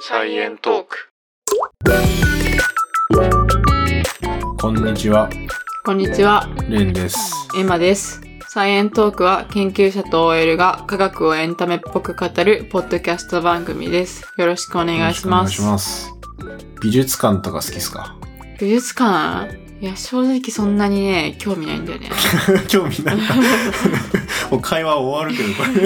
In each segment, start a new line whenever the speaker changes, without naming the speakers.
サイエントーク。
こんにちは、
こんにちは、
レンです。
エマです。サイエントークは研究者と OL が科学をエンタメっぽく語るポッドキャスト番組です。よろしくお願いします。
よろしくお願いします。美術館とか好きっすか
美術館いや、正直そんなにね、興味ないんだ よね。
興味ない。もう会話終わるけど、こ
い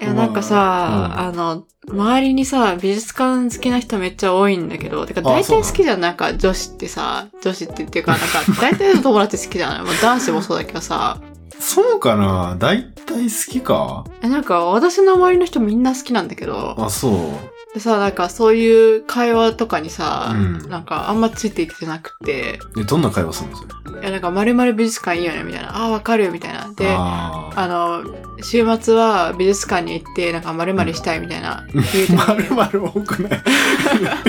れ。
や、なんかさ、
まあ、
あの、周りにさ、美術館好きな人めっちゃ多いんだけど、てか
あ
大
そう
体
なの
好きじゃん、なんか女子ってさ、女子ってっていうか、なんか大体の友達好きじゃないもう 男子もそうだけどさ、
うん そうかな大体好きか
えなんか私の周りの人みんな好きなんだけど、
あ、そう。
でさ、なんかそういう会話とかにさ、
うん
なんかあんまついていけてなくて、
で、どんな会話するんですか
いやなんか〇〇美術館いいよねみたいな、ああーわかるみたいな。で、あ
あー
の、週末は美術館に行ってなんか〇〇したいみたいな言うてて。
まるまる多 くない。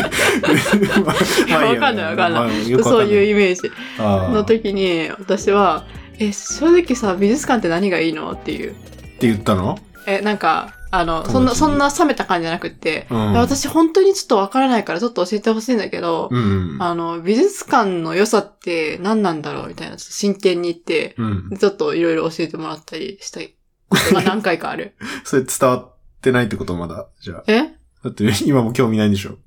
まあ
いやわかんないわかんない
まあよくわ
そう
かん
いう
ない。
イメージ
あー
の時に私は、え、正直さ、美術館って何がいいのっていう。
って言ったの
え、なんか、あの、
友達
そんな、
に
そんな冷めた感じじゃなくって、
うん
いや私本当にちょっとわからないからちょっと教えてほしいんだけど、
うん。
あの、美術館の良さって何なんだろうみたいな、ちょっと真剣に言って、
うん。
ちょっといろいろ教えてもらったりしたことが何回か ある。
それ伝わってないってことまだ。じゃあ。
え
だって今も興味ないんでしょ。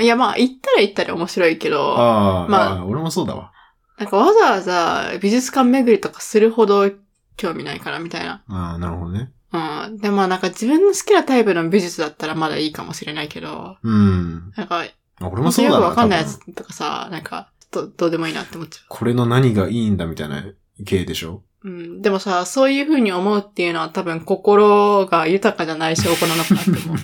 いや、まあ、行ったら行ったら面白いけど、
ああ、
ま
ま
あ
あ俺もそうだわ。
なんかわざわざ美術館巡りとかするほど興味ないからみたいな。
ああ、なるほどね。
うん。でもまあなんか自分の好きなタイプの美術だったらまだいいかもしれないけど、
うん。
なんか、
あ俺
ほ
も
んと
そう
よ
だ
くわかんないや
多分
つとかさ、なんか、ちょっとどうでもいいなって思っちゃう。
これの何がいいんだみたいな系でしょ
うん。でもさ、そういう風に思うっていうのは多分心が豊かじゃない証拠なのかなって思 う。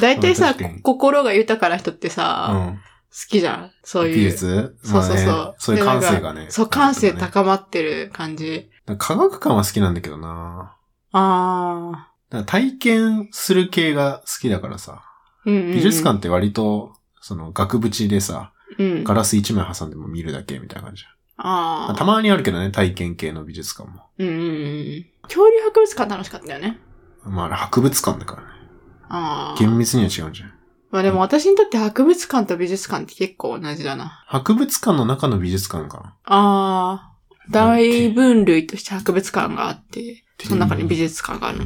大体
まあ
さ、
確かに
心が豊かな人って
う
さ、好
ん。
きじゃん。そう
技
いう。
術
そうそうそう
まあねそういう
でなん
感
か
性がね。
そう、感性
なんか
高まってる感じ。
ね科学館は好きなんだけどな。
あ
だから体験する系が好きだからさ。
ー。うんうん、うん。
美術館って割と、その、額縁でさ、
うん。
ガラス一枚挟んでも見るだけみたいな感じ。
あー。
たまにあるけどね、体験系の美術館も。
うんうんうん。恐竜博物館楽しかったよね。
まああれ、博物館だからね。
あ
厳
あ。
密には違うんじゃん。
まあでも私にとって博物館と美術館って結構同じだな。
博物館の中の美術館かな。
ああ。大分類として博物館があって、その中に美術館があるの。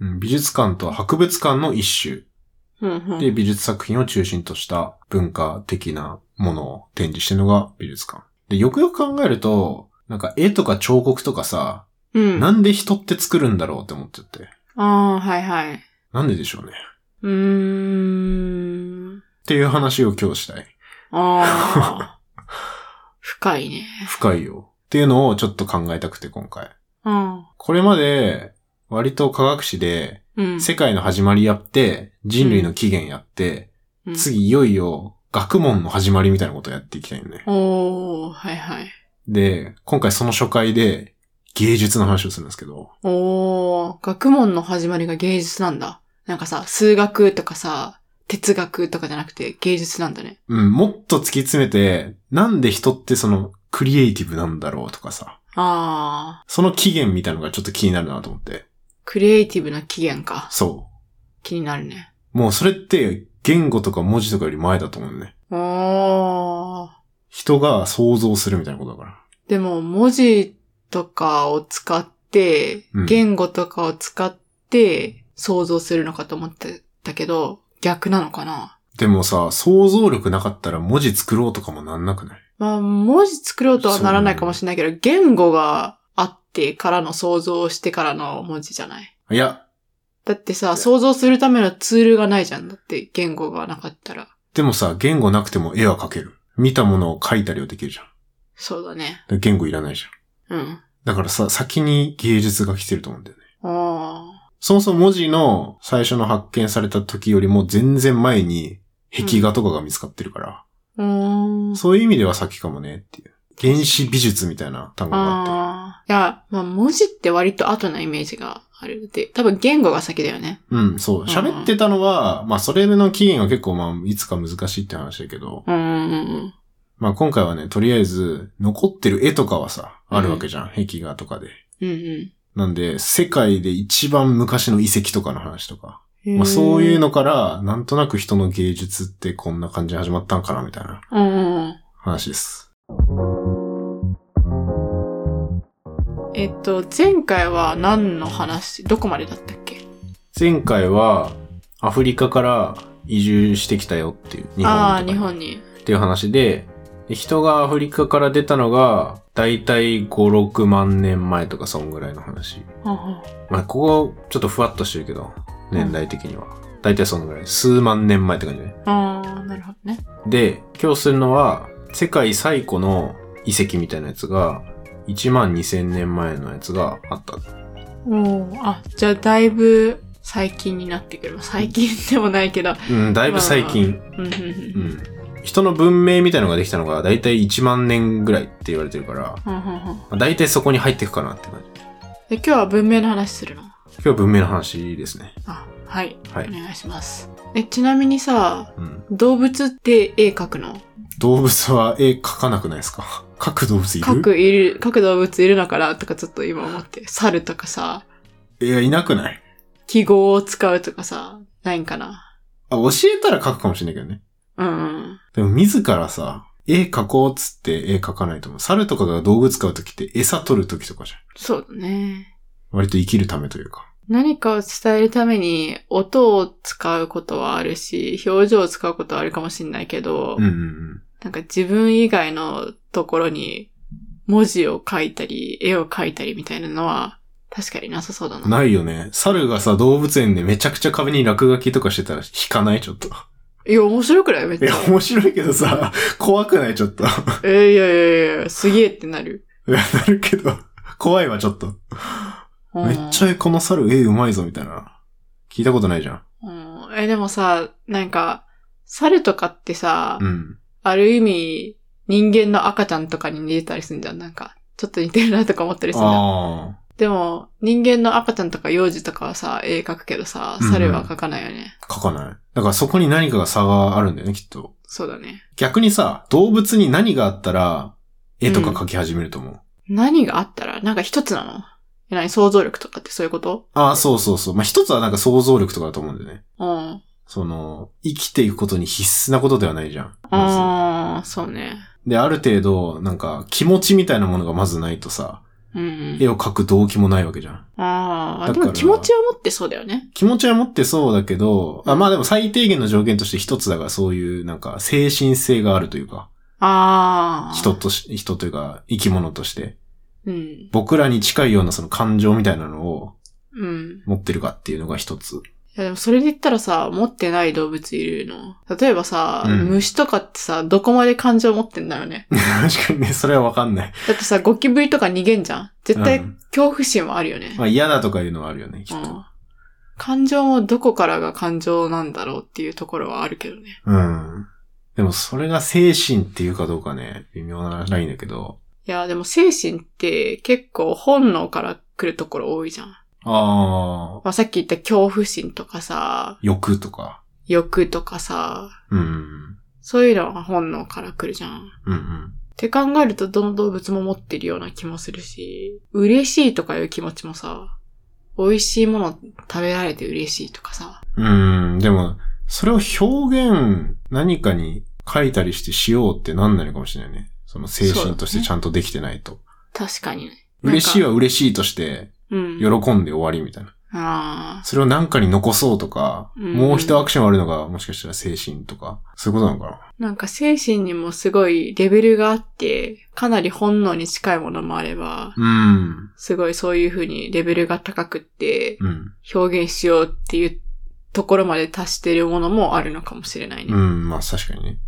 うん、美術館とは博物館の一種
うんうん。
で美術作品を中心とした文化的なものを展示してるのが美術館。で、よくよく考えると、なんか絵とか彫刻とかさ、
うん。
な
あ
んで人って作るんだろうって思っちゃって。
あー、はいはい。
なんででしょうね。
うーん。
っていう話を今日 したい。
ああ。深いね。
深いよ。っていうのをちょっと考えたくて今回。
うん。
これまで、割と科学史で、
うん。
世界の始まりやって、人類の起源やって、
うん、
次いよいよ学問の始まりみたいなことをやっていきたいよね。
おー、はいはい。
で、今回その初回で芸術の話をするんですけど、
おー、学問の始まりが芸術なんだ。なんかさ、数学とかさ、哲学とかじゃなくて芸術なんだね。
うん、もっと突き詰めて、なんで人ってそのクリエイティブなんだろうとかさ、
あー、
その起源みたいなのがちょっと気になるなと思って。
クリエイティブな起源か。
そ
気になるね。
う。もうそれって言語とか文字とかより前だと思うね。
おー。
人が想像するみたいなことだから。
でも、文字とかを使って、
うん
言語とかを使って想像するのかと思ってたけど、逆なのかな
でもさ、想像力なかったら文字作ろうとかもなんなくない
まあ、文字作ろうとはならないかもしれないけど、言語があってからの想像をしてからの文字じゃない
いや、
だってさ、想像するためのツールがないじゃん。だって言語がなかったら。
でもさ、言語なくても絵は描ける。見たものを描いたりはできるじゃん。だか
そうだね。
ら言語いらないじゃん。
うん。
だからさ、先に芸術が来てると思うんだよね。
あ
そもそも文字の最初の発見された時よりも全然前に壁画とかが見つかってるから、
あ。うーん。
そういう意味では先かもねっていう。原始美術みたいな単語があっ
ああ。いや、まあ、文字って割と後なイメージがある。で、多分言語が先だよね。
て。うん、そう。喋ってたのは、まあそれの起源は結構まあいつか難しいって話だけど、
うーん。
まあ今回はね、とりあえず残ってる絵とかはさ、あるわけじゃん。壁画とかで。
うんうん。
なんで、世界で一番昔の遺跡とかの話とか。まあ、そういう
の。
のから、なんとなく人の芸術ってこんな感じで始まったんかな、みたいな
うん。
話です。
えっと、前回は何の話、どこまでだったっけ
前回は、アフリカから移住してきたよっていう、日
ああ、
本
日
に
本に。
っていう話で、で人がアフリカから出たのが、だいたい5、6万年前とか、そんぐらいの話。
うんうん
まあ、ここ、ちょっとふわっとしてるけど、年代的には。だいたいそんぐらい。数万年前って感じね。
ああ、なるほどね。
で、今日するのは、世界最古の遺跡みたいなやつが、1万2000年前のやつがあった。
おーあ、じゃあだいぶ最近になってくる。最近でもないけど。
うん、だいぶ最近。
うん
う
うんうん
ん。人の文明みたいのができたのが、だいたい1万年ぐらいって言われてるから、ま
うんうんうん
あだいたいそこに入っていくかなって感じ。
で今日は文明の話するの。
今日は文明の話ですね。
あ、はい。
はい
お願いします。え、ちなみにさ、
うん。
動物って絵描くの
動物は絵描かなくないですか 描く動物いる
描くいる、描く動物いるのかなとかちょっと今思って。猿とかさ、
いや、いなくない
記号を使うとかさ、ないんかな。
あ、教えたら描くかもしれないけどね。
うん。
でも自らさ、絵描こうっつって絵描かないと思う。猿とかが道具使うときって餌取るときとかじゃん。
そうだね。
割と生きるためというか。
何かを伝えるために音を使うことはあるし、表情を使うことはあるかもしんないけど、
うんうんうん。
なんか自分以外のところに文字を書いたり、絵を描いたりみたいなのは確かになさそうだな。
ないよね。猿がさ、動物園でめちゃくちゃ壁に落書きとかしてたら引かないちょっと。
いや、面白くないめっ
い
ちゃ
や、。面白いけどさ、怖くないちょっと。い
えーいやいやいや、すげえってなる。
や、なるけど、怖いわ、ちょっと。めっち
ゃ。
ゃこの猿絵うまいぞ、みたいな。聞いたことないじゃん。
うんえ、でもさ、なんか、猿とかってさ、
うん。
ある意味、人間の赤ちゃんとかに似てたりするんじゃんなんか、ちょっと似てるなとか思ったりするんじゃん
あ
でも、人間の赤ちゃんとか幼児とかはさ、絵描くけどさ、猿は描かないよね。
あ、書かない。だからそこに何かが差があるんだよね、きっと。
そうだね。
逆にさ、動物に何があったら、絵とか描き始めると思う。
何があったら、なんか一つなのえ、何想像力とかってそういうこと
ああ、そうそうそう。まあ、一つはなんか想像力とかだと思うんだよね。
うん。
その、生きていくことに必須なことではないじゃん。ま
ああ、そうね。
ずで、ある程度、なんか、気持ちみたいなものがまずないとさ、
うんうん。
絵を描く動機もないわけじゃん。
ああ、
だ
で
から
も気持ちを持ってそうだよね。
気持ちは持ってそうだけど、
う
あ
ん
まあでも最低限の条件として一つだからそういうなんか精神性があるというか、
ああ。
人とし、人というか生き物として、
うん。
僕らに近いようなその感情みたいなのを
うん。
持ってるかっていうのが一つ。
いやでもそれで言ったらさ、持ってない動物いるの。例えばさ、
うん
虫とかってさ、どこまで感情持ってんだろうね。
確かにね、それはわかんない。
だってさ、ゴキブリとか逃げんじゃん。絶対
うん
恐怖心はあるよね。
まあ嫌だとかいうのはあるよね、きっ
う
と。
ん感情もどこからが感情なんだろうっていうところはあるけどね。
うん。でもそれが精神っていうかどうかね、微妙なラインだけど。
いや、でも精神って結構本能から来るところ多いじゃん。
ああ、
まあ、さっき言った恐怖心とかさ、
欲とか。
欲とかさ、
うんうん。
そういうのは本能から来るじゃん。
うんうん。
って考えるとどの動物も持ってるような気もするし、嬉しいとかいう気持ちもさ、美味しいもの食べられて嬉しいとかさ。
うーん、でも、それを表現、何かに書いたりしてしようってなんないのかもしれないね。その精神としてちゃんとできてないと。
確かにね。
嬉しい
わ。
は嬉しいとして、
うん。
喜んで終わりみたいな。
ああ。
それを何かに残そうとか、
うん
もう一アクションあるのが、もしかしたら精神とか、そういうことなのか
なんか精神にもすごいレベルがあって、かなり本能に近いものもあれば、
なうん。
すごいそういう風にレベルが高くって、
うん。
表現しようっていうところまで達してるものもあるのかもしれないね。
うん、まあ確かにね。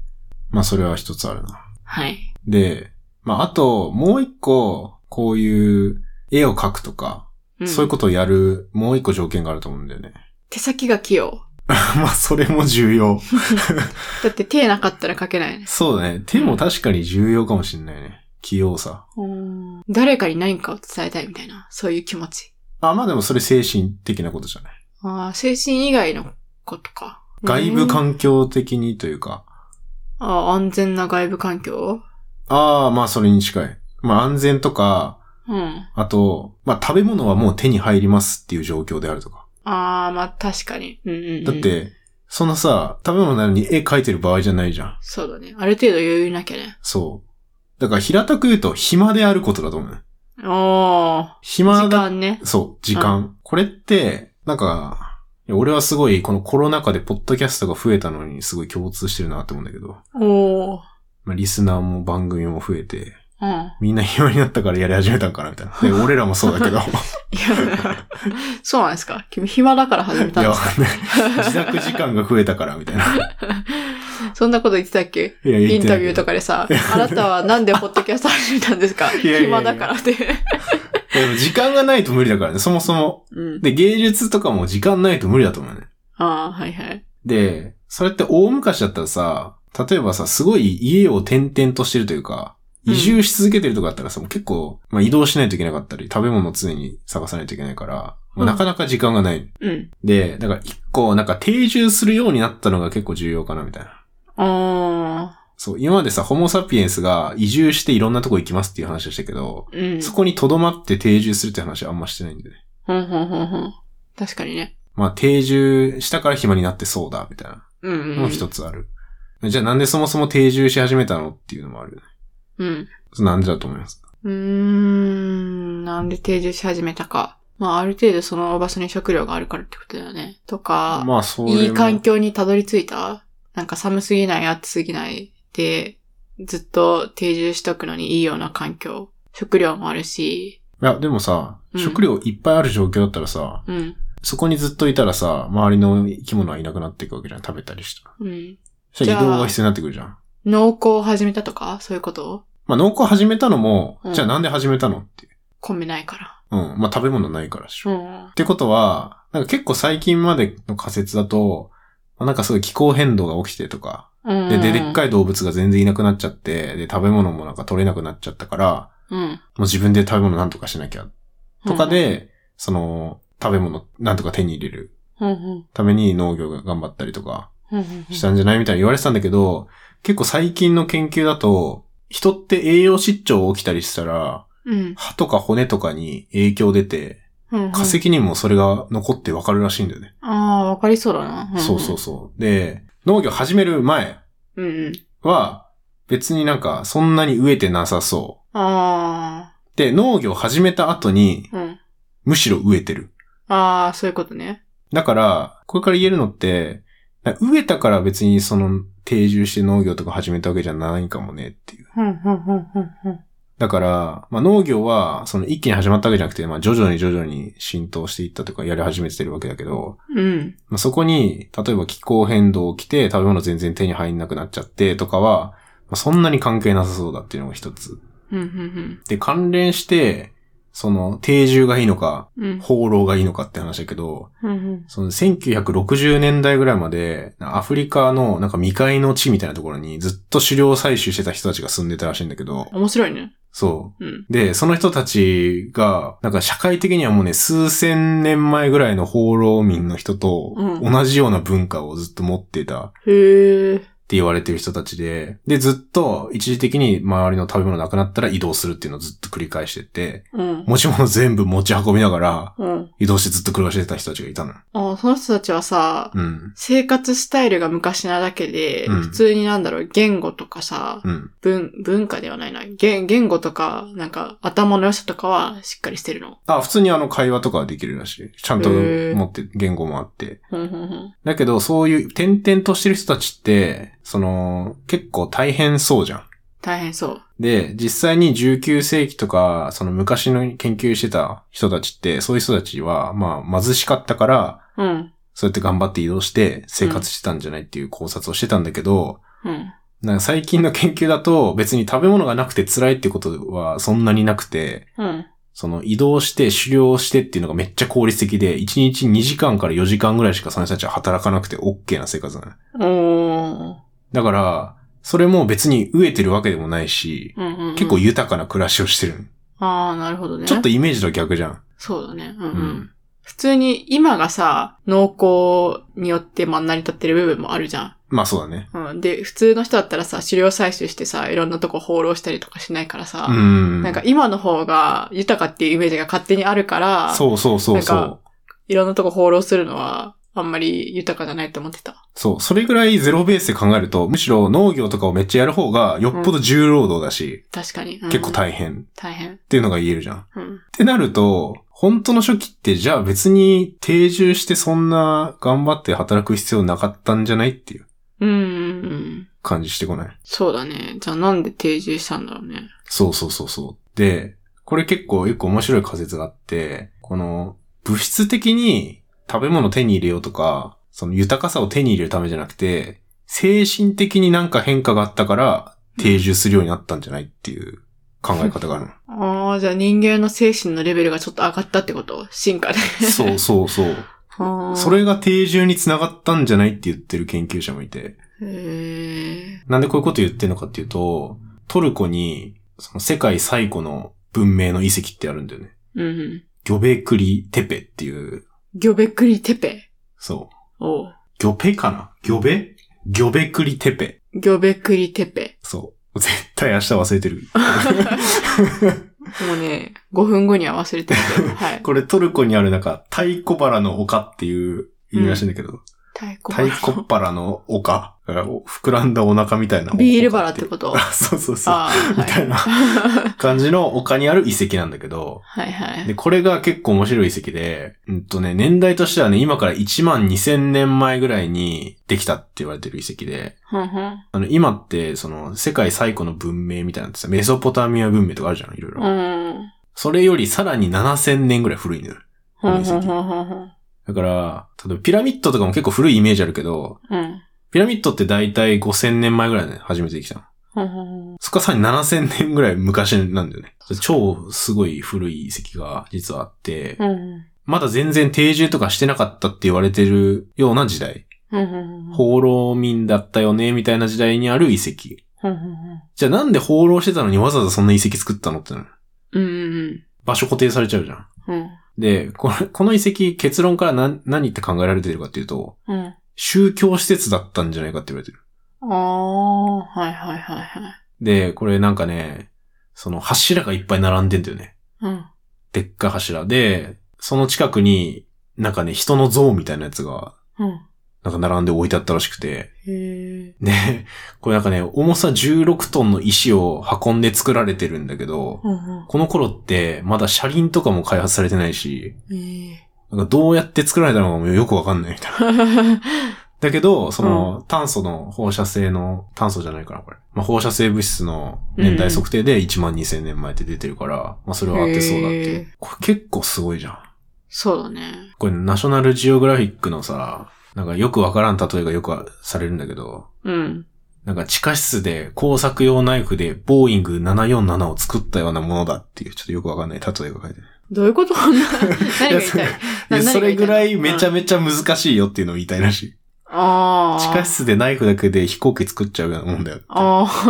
まあそれは一つあるな。
はい。
で、まああと、もう一個、こういう絵を描くとか、
うん
そういうことをやる、もう一個条件があると思うんだよね。
手先が器用。
まあそれも重要。
だって手なかったら描けないね。
そうだね。手も確かに重要かもしんないね。器用さ。
誰かに何かを伝えたいみたいな、そういう気持ち。
あ、まあでもそれ精神的なことじゃない。
ああ、精神以外のことか。
外部
うん
環境的にというか。
ああ、安全な外部環境
ああ、まあそれに近い。まあ安全とか、
うん。
あと、まあ食べ物はもう手に入りますっていう状況であるとか。
あー、まあ確かに。うんうん、うん。
だっ。て、そんなさ、食べ物なのに絵描いてる場合じゃないじゃん。
そうだね。ある程度余裕なきゃね。
そう。だから平たく言うと、暇であることだと思う。
おー。
暇
時
だ
間ね。
そう、時間。これって、なんか、いや俺はすごい、このコロナ禍でポッドキャストが増えたのにすごい共通してるなって思うんだけど、
おー。
まあ、リスナーも番組も増えて、
うん。 いや、
みんな暇になったからやり始めたんかなみたい な。で、俺らもそうだけど。い
そうなんですか君暇だから始めたん
や、わ
です
かんない。自宅時間が増えたからみたいな。
そんなこと言ってたっけ
いや、
インタビュー
と
とか でさ、あなたはなんでポッドキャスト始めたんですか
いやいやいや
暇だからって。
でも時間がないと無理だからね、そもそも。
うん。
で、芸術とかも時間ないと無理だと思うね。
ああ、はいはい。
で、それって大昔だったらさ、例えばさ、すごい家を転々としてるというか、
うん
移住し続けてるとかだったらさ、もう結構、まあ、移動しないといけなかったり、食べ物を常に探さないといけないから、ま
う
あ、
ん
なかなか時間がない。
うん。
で、だから一個、なんか定住するようになったのが結構重要かな、みたいな。
あ
そう、今までさ、ホモサピエンスが移住していろんなとこ行きますっていう話をしたけど、
ー。うん。
そこに留まって定住するって話はあんましてないんでね。
ほんほんほんほん。確かにね。
まあ、定住したから暇になってそうだ、みたいな。
うん、うん。
もう一。つある。じゃあなんでそもそも定住し始めたのっていうのもあるよね。
うん。
それなんでだと思います
うーん。なんで定住し始めたか。まあ、ある程度その場所に食料があるからってことだよね。とか、
まあ、それも
いい環境にたどり着いたなんか寒すぎない、暑すぎないで、ずっと定住しとくのにいいような環境。食料もあるし、
いや、でもさ、
うん
食料いっぱいある状況だったらさ、
うん。
そこにずっといたらさ、周りの生き物はいなくなっていくわけじゃん。食べたりしたら。
うん。
そしたら移動が必要になってくるじゃん。
農耕を始めたとかそういうこと
まあ、農耕始めたのも、
うん
じゃあなんで始めたのっていう。
米ないか
うん。まあ、食べ物ないからでしょ。
ら。う
っ
ん。
てことは、なんか結構最近までの仮説だと、まあなんかすごい気候変動が起きてとか、
うん。
で、で、でっかい動物が全然いなくなっちゃって、で、食べ物もなんか取れなくなっちゃったから、
うん。
もう自分で食べ物なんとかしなきゃ。とかで、その、食べ物なんとか手に入れる
うん、うん。
ために農業が頑張ったりとか
うん。うん。
したんじゃないみたいに言われてたんだけど、結構最近の研究だと、人って栄養失調起きたりしたら、
うん。
歯とか骨とかに影響出て、
うん。
化石にもそれが残ってわかるらしいんだよね。
ああ、わかりそうだな。ん
そうそう。そう。で、農業始める前
うんうん。
は、別になんかそんなに飢えてなさそう。
あ
で、農業始めた後に、
あ、うん。
むしろ植えてる。
ああ、そういうことね。
だから、これから言えるのって、な植えたから別にその定住して農業とか始めたわけじゃないかもねっていう。
うん、うん、うん、うん、うん。
だから、まあ農業はその一気に始まったわけじゃなくて、まあ徐々に徐々に浸透していったというかやり始めてるわけだけど、
うん。
まあ、そこに、例えば気候変動起きて食べ物全然手に入んなくなっちゃってとかは、まあ、そんなに関係なさそうだっていうのが一つ。
うん、うん、
で、関連して、その定住がいいのか、
うん。うん、
放浪がいいのかって話だけど、
うん、
その1960年代ぐらいまで、アフリカのなんか未開の地みたいなところにずっと狩猟採集してた人たちが住んでたらしいんだけど、
面白いね。
そ
うん。
う。で、その人たちが、なんか社会的にはもうね、数千年前ぐらいの放浪民の人と
うん
同じような文化をずっと持ってた
へえ。
って言われてる人たちで、で、ずっと一時的に周りの食べ物なくなったら移動するっていうのをずっと繰り返してて、
うん。
持ち物全部持ち運びながら
うん。
移動してずっと暮らしてた人たちがいたの。
ああ、その人たちはさ、
うん。
生活スタイルが昔なだけで、
うん
普通になんだろう、言語とかさ、
うん。
文、文化ではないな。言、言語とか、なんか、頭の良さとかはしっかりしてるの。
あ、普通にあの会話とかはできるらしい。ちゃんと
へー
持って、言語もあって。
うん、うん、
だけど、そういう点々としてる人たちって、その、結構大変そうじゃん。
大変そう。
で、実際に19世紀とか、その昔の研究してた人たちって、そういう人たちは、まあ、貧しかったから、
うん。
そうやって頑張って移動して生活してたんじゃないっていう考察をしてたんだけど、
うん。
なんか最近の研究だと、別に食べ物がなくて辛いってことはそんなになくて、
うん。
その移動して狩猟してっていうのがめっちゃ効率的で、1日2時間から4時間ぐらいしかその人たちは働かなくて OK な生活なの。
おー。
だから、それも別に飢えてるわけでもないし、
うんうんうん、
結構豊かな暮らしをしてるの。
ああ、なるほどね。
ちょっとイメージと逆じゃん。
そうだね。うん、
う
うん。
ん。
普通に今がさ、濃厚によってまあ成り立ってる部分もあるじゃ
まあそうだね。
ん。うん。で、普通の人だったらさ、狩猟採集してさ、いろんなとこ放浪したりとかしないからさ、
うん。
なんか今の方が豊かっていうイメージが勝手にあるから、
そうそうそうそ
なん
う。
いろんなとこ放浪するのは、あんまり豊かじゃないと思ってた。
そう、それぐらいゼロベースで考えると、むしろ農業とかをめっちゃやる方がよっぽど重労働だし、
確かに。うん
結構大変っ
大変。
ていうのが言えるじゃん。っ
うん。
てなると、本当の初期ってじゃあ別に定住してそんな頑張って働く必要なかったんじゃないっていう
うんうんうん。
感じしてこない
そうだね。じゃあなんで定住したんだろうね。
そうそうそうそう。で、これ結構一個面白い仮説があって、この物質的に食べ物を手に入れようとか、その豊かさを手に入れるためじゃなくて、精神的になんか変化があったから定住するようになったんじゃないっていう考え方があ る
ああ、じゃあ人間の精神のレベルがちょっと上がったってこと進化で。
の。そうそうそう。
あー
それが定住につながったんじゃないって言ってる研究者もいて。
へえ。
なんでこういうこと言ってるのかっていうと、トルコにその世界最古の文明の遺跡ってあるんだよね。
うん。
ギョベクリテペっていう、
ギョベクリテペ。
そう。
おう
ギョペかなギョベギョベクリテペ。
ギョベクリテ ペ。
そう。絶対明日忘れてる。
もうね、5分後には忘れてるけど。 はい。
これトルコにあるなんか、太鼓原の丘っていう意味らしいんだけど、
太鼓
太
腹。
鼓原の丘。だから膨らんだお腹みたいな。
ビールバラって こと
あ そうそうそう。
ああ、
みたいな
は
感じの丘にある遺跡なんだけど、
い。はいはい。
で、これが結構面白い遺跡で、うんとね、年代としてはね、今から1万2000年前ぐらいにできたって言われてる遺跡で、
ふんふん
あの、今って、その、世界最古の文明みたいなのってさ、メソポタミア文明とかあるじゃん、いろいろ。
うん。
それよりさらに7000年ぐらい古いんだよ。
ふんふんふんふんふん
だから、例えばピラミッドとかも結構古いイメージあるけど、
うん。
ピラミッドって大体5000年前ぐらいね、初めてできたの。
ふんふん
そこはさらに7000年ぐらい昔なんだよね。超すごい古い遺跡が実はあって
ふん。う、ん
まだ全然定住とかしてなかったって言われてるような時代。
ふんふんふん
放浪民だったよね、みたいな時代にある遺跡。
ふんふんふん
じゃあなんで放浪してたのにわざわざそんな遺跡作ったのってなる
うんうん
場所固定されちゃうじゃん。
うん。
で、これこの遺跡結論から何何って考えられてるかっていうと、
うん。うん。
宗教施設だったんじゃないかって言われてる。
ああ、はいはいはいはい。
で、これなんかね、その柱がいっぱい並んでんだよね。
うん。
でっかい柱で、その近くになんかね、人の像みたいなやつが、
うん。
なんか並んで置いてあったらしくて。
へえ。
で、これなんかね、 重さ16トンの石を運んで作られてるんだけど、
うんうん。
この頃ってまだ車輪とかも開発されてないし、
ええ。
なんかどうやって作られたのかもよくわかんないみたいな。 だけど、その、炭素の放射性の、炭素じゃないかな、これ。まあ、放射性物質の年代測定で1万2000年前って出てるから、まあ、それは当てそうだってい
へー
う。これ結構すごいじゃん。
そうだね。
これ、ナショナルジオグラフィックのさ、なんかよくわからん例えがよくされるんだけど、
うん。
なんか地下室で工作用ナイフでボーイング747を作ったようなものだっていう、ちょっとよくわかんない例えが書いてある。
どういうこ と何が言いたい
いや、
な
それぐらいめちゃ
めち
めちゃ難しいよっていうのを言いたいらしい。
ゃ。ああ。
地下室でナイフだけで飛行機作っちゃうようなもんだよって。
あ
こ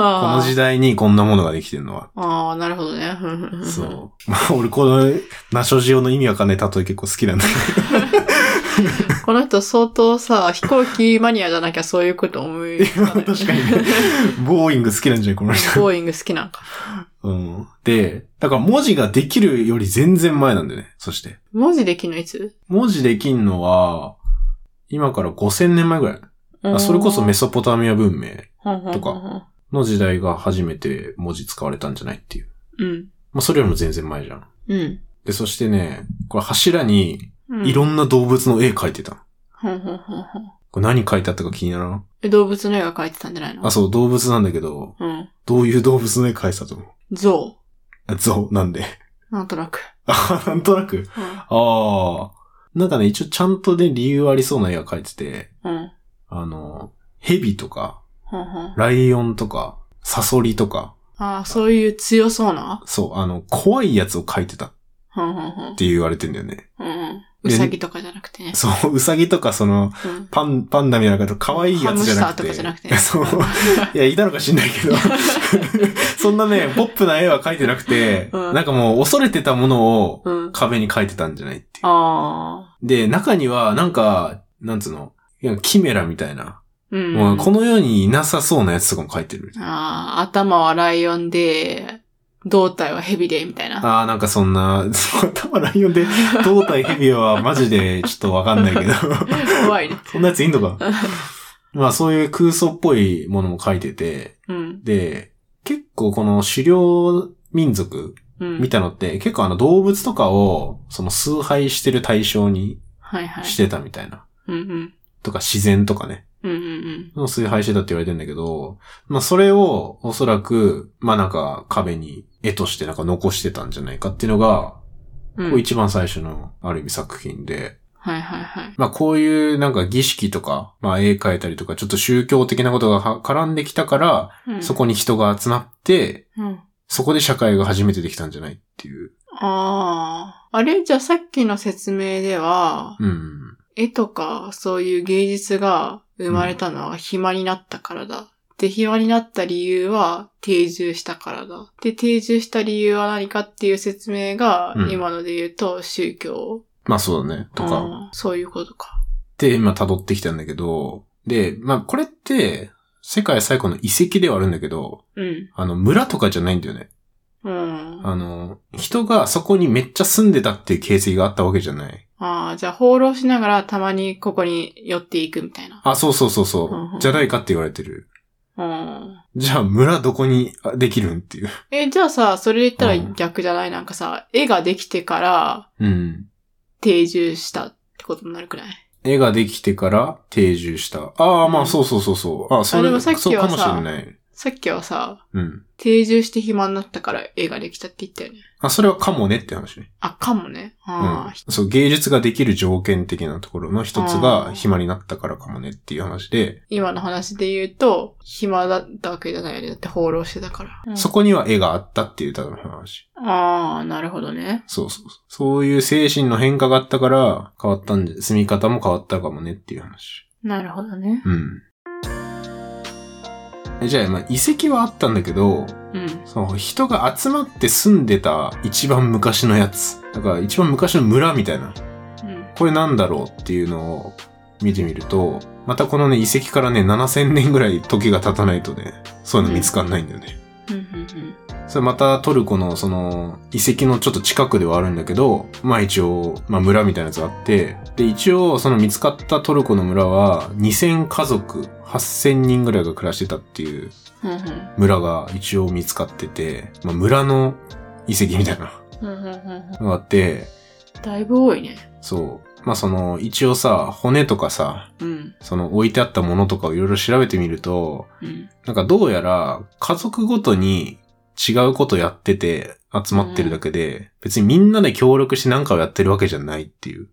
あ。
の時代にこんなものができてるのは。
ああ、なるほどね。ふんふんふんふん
そう。まあ、俺この、ナショジオの意味わかんない例え結構好きなんだけ
この人相当さ、飛行機マニアじゃなきゃそういうこと思い 浮かばない。
ど、確かにね。ボーイング好きなんじゃないこの人。
ボーイング好きなんか。
うん。で、だから文字ができるより全然前なんだよね。そして。
文字できるのいつ
文字できんのは、今から5000年前ぐらい。あそれこそメソポタミア文明
と
か。の時代が初めて文字使われたんじゃないっていう。
うん。
まあ、それよりも全然前じゃん。
うん。
で、そしてね、これ柱に
うん
いろんな動物の絵描いてたの。
ふんふんふんふん
これ何描いてあったか気にならん
え動物の絵が描いてたんじゃないの
あ、そう、動物なんだけど、
うん。
どういう動物の絵描いてたと思う
象。
あゾウ、なんで。
なんとなく。
あ、なんとなく。
うん
ああ。なんかね、一応ちゃんとね、理由ありそうな絵が描いてて、
うん。
あの、ヘビとか、
ふんふん
ライオンとか、サソリとか、
ああ、そういう強そうな
そう、あの、怖いやつを描いてたっ
ふんふんふん
て言われてんだよね。
うんうん。う
で
さぎとかじゃなくてね。
そう、ウサギとか、その、
うん
パン、パンダみたいな、可愛いやつじゃなくて。
ハムスターとかじゃなくて ね
そう。いや、いたのか知んない けど。そんなね、ポップな絵は描いてなくて、
うん
なんかもう恐れてたものを、
うん。
壁に書いてたんじゃないっていう。
ああ。
で、中には、なんか、なんつうの、いやキメラみたいな、
うん。
もうこの世にいなさそうなやつとかも書いてる。
ああ、頭はライオンで、胴体はヘビで、みたいな。
ああ、なんかそんな、 そう頭ライオンで、胴体ヘビはマジでちょっとわかんないけど。
怖いね。
そんなやついんのか。まあそういう空想っぽいものも書いてて、
うん。
で、結構この狩猟民族
うん。
見たのって、結構あの動物とかを、その崇拝してる対象に
はいはい。
してたみたいな。
うんうん。
とか自然とかね。
うんうん
の崇拝してたって言われてんだけど、まあそれをおそらく、まあなんか壁に絵としてなんか残してたんじゃないかっていうのが、
うん。
こ
う。
うん一番最初のある意味作品で、
はいはいはい。
まあこういうなんか儀式とか、まあ絵描いたりとか、ちょっと宗教的なことがは絡んできたから、
うん、
そこに人が集まって、
うん。あ
そこで社会が初めてできたんじゃないっていう。
あー。あれじゃあさっきの説明では、
うん。
絵とかそういう芸術が生まれたのは暇になったからだ。で、暇になった理由は定住したからだ。で、定住した理由は何かっていう説明が、
うん
今ので言うと宗教
まあそうだね。とか。
うんそういうことか。
で、今辿ってきたんだけど、で、まあこれって、世界最古の遺跡ではあるんだけど、
うん。
あの村とかじゃないんだよね。
うん。あ
あの、人がそこにめっちゃ住んでたっていう形跡があったわけじゃない。
あー、じゃあ放浪しながらたまにここに寄っていくみたいな。
あ、そうそうそうそ
うんう
う。
ん
じゃないかって言われてる。
うん。
じゃあ村どこにあできるんっていう。
え、じゃあさ、それで言った
うん
ら逆じゃない、なんかさ、絵ができてから
うん。
定住したってことになるくない
絵ができてから定住した。ああ、ま
う
あ
ん
そうそうそうそう。あそれ
あでもさっきは
そ
さ
うかもしれない。
さっきはさ、
うん。
定住して暇になったから絵ができたって言ったよね。
あ、それはかもねって話ね。
あ、かもね。
う
あ
ん。そう、芸術ができる条件的なところの一つ
あ
が
ー
暇になったからかもねっていう話で、
今の話で言うと、暇だったわけじゃないよね。だって放浪してたから。
そこには絵があったっていうただの話。
ああ、なるほどね。
そうそうそう。そういう精神の変化があったから、変わったんじゃ、住み方も変わったかもねっていう話。
なるほどね。
うん。えじゃあ、まあ、遺跡はあったんだけど、
うん。
その人が集まって住んでた一番昔のやつ。だから一番昔の村みたいな。
うん。
これなんだろうっていうのを見てみると、またこのね、遺跡からね、7000年ぐらい時が経たないとね、そういうの見つかんないんだよね。
うん。うん。
それまたトルコのその遺跡のちょっと近くではあるんだけど、まあ一応、まあ村みたいなやつがあって、で一応その見つかったトルコの村は2000家族、8000人ぐらいが暮らしてたっていう
うん。うん。
村が一応見つかってて、まあ村の遺跡みたいな
うん。うん。うん。
のがあって、
だいぶ多いね。
そう。まあその一応さ、骨とかさ、
うん。
その置いてあったものとかをいろいろ調べてみると、
うん。
なんかどうやら家族ごとに違うことやってて集まってるだけで、別にみんなで協力して何かをやってるわけじゃないっていう。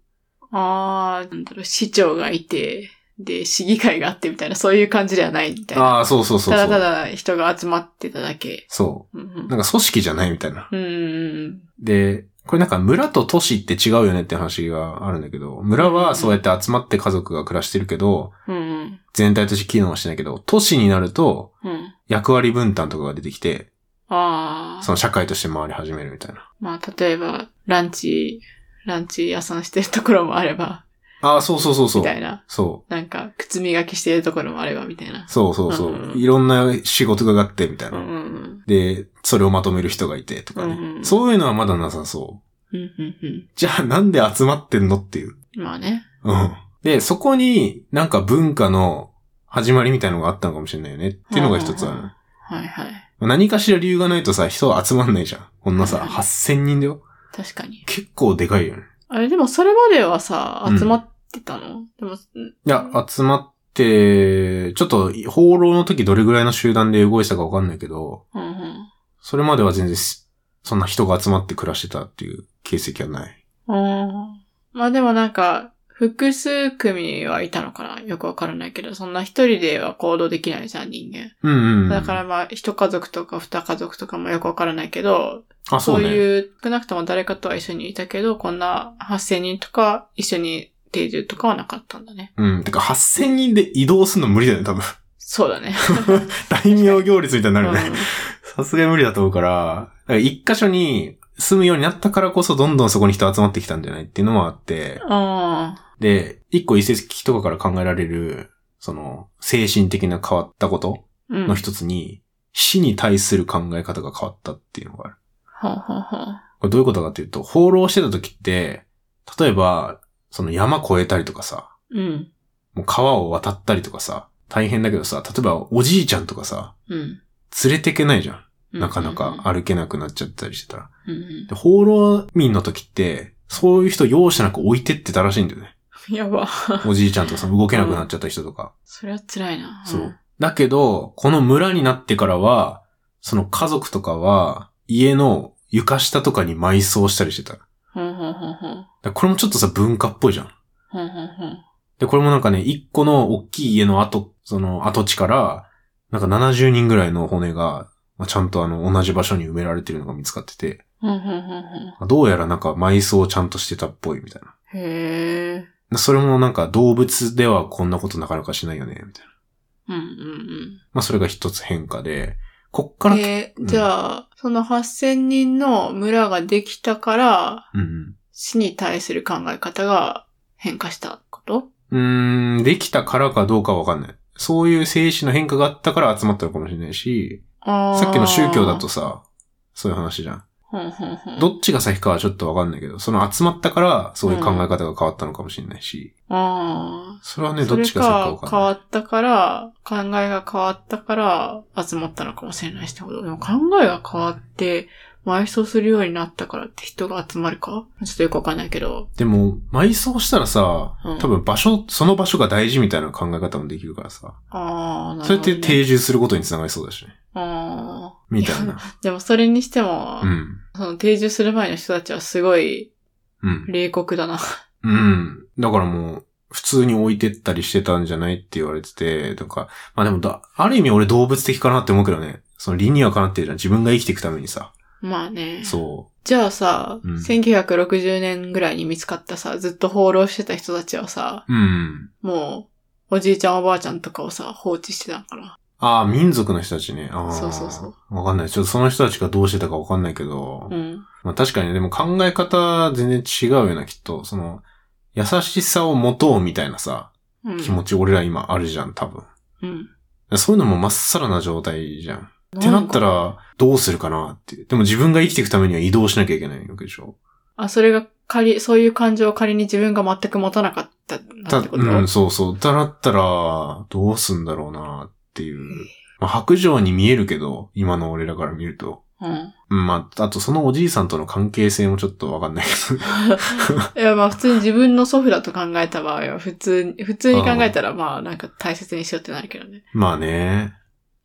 ああ、なんだろう、市長がいて、で、市議会があってみたいな、そういう感じではないみたいな。
ああ、そうそうそうそう。
ただただ人が集まってただけ。
そ
うん
う。なんか組織じゃないみたいな。
うん。うん。
で、これなんか村と都市って違うよねって話があるんだけど、村はそうやって集まって家族が暮らしてるけど、
うん。うん。
全体として機能はしてないけど、都市になると
うん。
役割分担とかが出てきて、
ああ。
その社会として回り始めるみたいな。
まあ、例えば、ランチ、ランチ屋さんしてるところもあれば、
ああ、そうそうそうそ
み
う
た。いな。
そう。
なんか、靴磨きしてるところもあれば、みたいな。
そうそうそう。
うんうん
いろんな仕事があって、みたいうな。
んうん
で、それをまとめる人がいてとかね。
うんうん
そういうのはまだなさそう。
うん。うんうん
じゃあなんで集まってんのっていう。
うん。まあね。
うん。で、そこになんか文化の始まりみたいのがあったのかもしれないよねっていうのが一つあ
うんうんうん
る。
はいはい。
何かしら理由がないとさ、人は集まんないじゃん。こんなさ、
うんうん
8000人だよ。
確かに。
結構でかいよね。
あれ、でもそれまではさ
う、ん
集まってたの、でも、
いや、集まって、ちょっと放浪の時どれぐらいの集団で動いてたかわかんないけど、
うんうん。
それまでは全然しそんな人が集まって暮らしてたっていう形跡はない。
うん。まあでもなんか、複数組はいたのかなよくわからないけど、そんな一人では行動できないじゃん、人間。
うんうん。
だからまあ、一家族とか二家族とかもよくわからないけど、
あ、そ
そうう
ね。
いう、少なくとも誰かとは一緒にいたけど、こんな8000人とか一緒に定住とかはなかったんだね。
うん。てか、8000人で移動するの無理だよね、多 分。
そうだね。
大名行列みたいになるよ
う
ね。
ん
さすがに無理だと思うから、だから一箇所に住むようになったからこそ、どんどんそこに人集まってきたんじゃないっていうのもあって、
あ
で、一個遺跡とかから考えられる、その、精神的な変わったこと
ー。うん。
の一つに、死に対する考え方が変わったっていうのがある。
はあ、はあはあ、
これどういうことかっていうと、放浪してた時って、例えば、その山越えたりとかさ、
うん。
もう川を渡ったりとかさ、大変だけどさ、例えばおじいちゃんとかさ、
うん。
連れてけないじゃん。なかな
うん
か歩けなくなっちゃったりしてたら。
うんうん
で、放浪民の時って、そういう人容赦なく置いてってたらしいんだよね。
うん。やば。
おじいちゃんとかさ、動けなくなっちゃった人とか。
それは辛いな。
そう。だけど、この村になってからは、その家族とかは、家の床下とかに埋葬したりしてた。だか
うん。はんはんはんはん。
らこれもちょっとさ、文化っぽいじゃん。
はんはんはん。
で、これもなんかね、一個の大きい家の跡、その跡地から、なんか70人ぐらいの骨が、まあ、ちゃんとあの、同じ場所に埋められてるのが見つかってて、
はんはんはんは
まあどうやらなんか埋葬をちゃんとしてたっぽいみたいな。
ん。へえ。
でそれもなんか動物ではこんなことなかなかしないよね、みたいな。
うんうん
まあそれが一つ変化で、こっか
う
ら
ん。
き、
え
うん
ー、じゃあ、その8000人の村ができたから、
うんうん。
死に対する考え方が変化したこと
うーん、できたからかどうかはわかんない。そういう精神の変化があったから集まったのかもしれないし、
あー
さっきの宗教だと、さ、そういう話じゃん。
はんはんはん
どっちが先かはちょっとわかんないけど、その集まったからそういう考え方が変わったのかもしれないし、
あ
それは
あ、
ね、
そ
どっ
れ
ちが先かわ
か変わ
か
ったから、考えが変わったから集まったのかもしれないしってこと。でも考えが変わって、埋葬するようになったからって人が集まるかちょっとよくわかんないけど。
んない。でも、埋葬したらさ
うん、
多分場所、その場所が大事みたいな考え方もできるからさ、
ああ、な
そ
る
れ
ほ
っ
ど、ね。
て定住することにつながりそうだしね。
あ
みたい な。
あ。でもそれにしても、
うん。
その定住する前の人たちはすごい
うん。
冷酷だな。
うん。だからもう、普通に置いてったりしてたんじゃないって言われてて、とか、まあでもだ、ある意味俺動物的かなって思うけどね。その理にはかなってるじゃん。自分が生きていくためにさ。
まあね。
そ
じゃあさ、
うん
1960年ぐらいに見つかったさ、ずっと放浪してた人たちはさ、
う。うん。
もう、おじいちゃんおばあちゃんとかをさ、放置してたのかな。
ああ、民族の人たちね。ああ。。
そうそうそう
わかんない。ちょっとその人たちがどうしてたかわかんないけど。
うん。
まあ確かにね、でも考え方全然違うよな、きっと。その、優しさを持とうみたいなさ、
うん。
気持ち俺ら今あるじゃん、多分。
うん。
そういうのもまっさらな状態じゃん。っ
って
なった。ら、どうするかなって。でも自分が生きていくためには移動しなきゃいけないわけでしょ。
あ、それが仮、そういう感情を仮に自分が全く持たなかったな
た
ってこと、
うん、そうそう。だなったら、どうすんだろうなっていう。まあ、白状に見えるけど、今の俺らから見ると。
うん。
うんまあ、あとそのおじいさんとの関係性もちょっとわかんないけど。
いや、まあ普通に自分の祖父だと考えた場合は、普通に、普通に考えたら、まあなんか大切にしようってなるけどね。
まあね。